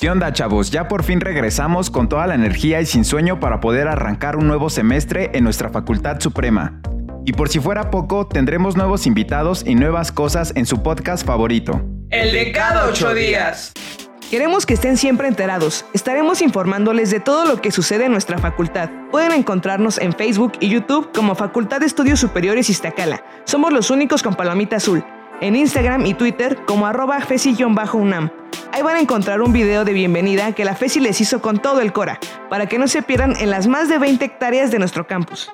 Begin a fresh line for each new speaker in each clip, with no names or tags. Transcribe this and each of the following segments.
¿Qué onda chavos? Ya por fin regresamos con toda la energía y sin sueño para poder arrancar un nuevo semestre en nuestra Facultad Suprema. Y por si fuera poco, tendremos nuevos invitados y nuevas cosas en su podcast favorito.
El de cada ocho días.
Queremos que estén siempre enterados. Estaremos informándoles de todo lo que sucede en nuestra facultad. Pueden encontrarnos en Facebook y YouTube como Facultad de Estudios Superiores Iztacala. Somos los únicos con palomita azul. En Instagram y Twitter como arroba fesi-unam. Ahí van a encontrar un video de bienvenida que la FESI les hizo con todo el Cora, para que no se pierdan en las más de 20 hectáreas de nuestro campus.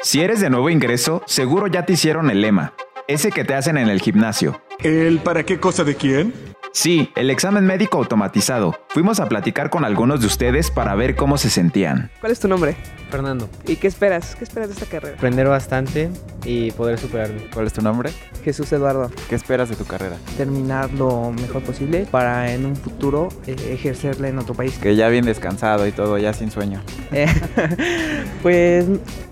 Si eres de nuevo ingreso, seguro ya te hicieron el lema, ese que te hacen en el gimnasio.
¿El para qué cosa de quién?
Sí, el examen médico automatizado. Fuimos a platicar con algunos de ustedes para ver cómo se sentían.
¿Cuál es tu nombre?
Fernando,
¿Y qué esperas? ¿Qué esperas de esta carrera?
aprender bastante y poder superarme.
¿Cuál es tu nombre?
Jesús Eduardo,
¿Qué esperas de tu carrera?
terminar lo mejor posible para en un futuro eh, ejercerla en otro país.
Que ya bien descansado y todo, ya sin sueño.
Eh, pues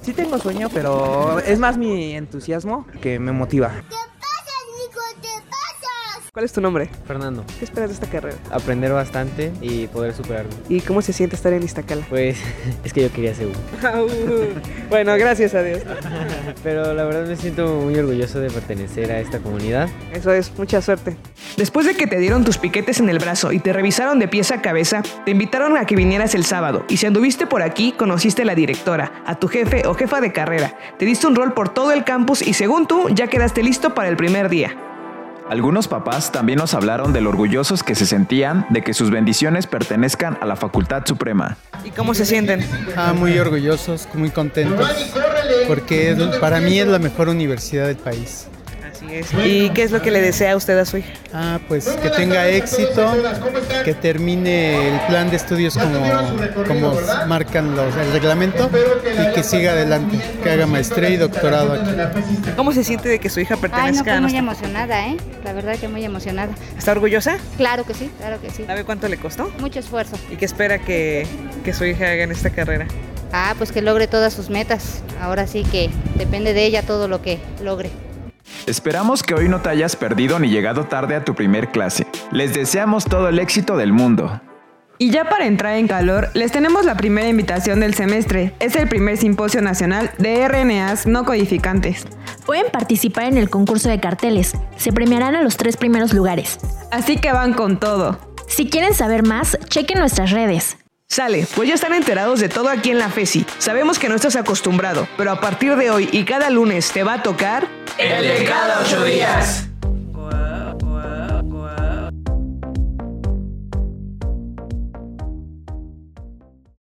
sí tengo sueño, pero es más mi entusiasmo que me motiva.
¿Cuál es tu nombre?
Fernando,
¿Qué esperas de esta carrera?
aprender bastante y poder superarme.
¿Y cómo se siente estar en Iztacala?
Pues es que yo quería seguro.
bueno, gracias a Dios.
Pero la verdad me siento muy orgulloso de pertenecer a esta comunidad.
Eso es, mucha suerte. Después de que te dieron tus piquetes en el brazo y te revisaron de pies a cabeza, te invitaron a que vinieras el sábado y si anduviste por aquí, conociste a la directora, a tu jefe o jefa de carrera, te diste un rol por todo el campus y según tú ya quedaste listo para el primer día.
Algunos papás también nos hablaron de lo orgullosos que se sentían de que sus bendiciones pertenezcan a la Facultad Suprema.
¿Y cómo se sienten?
Ah, muy orgullosos, muy contentos. Porque es- para mí es la mejor universidad del país.
Así es. ¿Y qué es lo que le desea a usted a su hija?
Ah, pues que tenga éxito, que termine el plan de estudios como, como marcan los, el reglamento y que siga adelante, que haga maestría y doctorado aquí.
¿Cómo se siente de que su hija pertenezca
Ay, no,
a
estoy muy
nuestra-
emocionada, ¿eh? La verdad que muy emocionada.
¿Está orgullosa?
Claro que sí, claro que sí.
¿Sabe cuánto le costó?
Mucho esfuerzo.
¿Y qué espera que, que su hija haga en esta carrera?
Ah, pues que logre todas sus metas. Ahora sí que depende de ella todo lo que logre.
Esperamos que hoy no te hayas perdido ni llegado tarde a tu primer clase. Les deseamos todo el éxito del mundo.
Y ya para entrar en calor, les tenemos la primera invitación del semestre. Es el primer simposio nacional de RNAs no codificantes.
Pueden participar en el concurso de carteles. Se premiarán a los tres primeros lugares.
Así que van con todo.
Si quieren saber más, chequen nuestras redes.
Sale, pues ya están enterados de todo aquí en la FESI. Sabemos que no estás acostumbrado, pero a partir de hoy y cada lunes te va a tocar...
El de cada ocho días.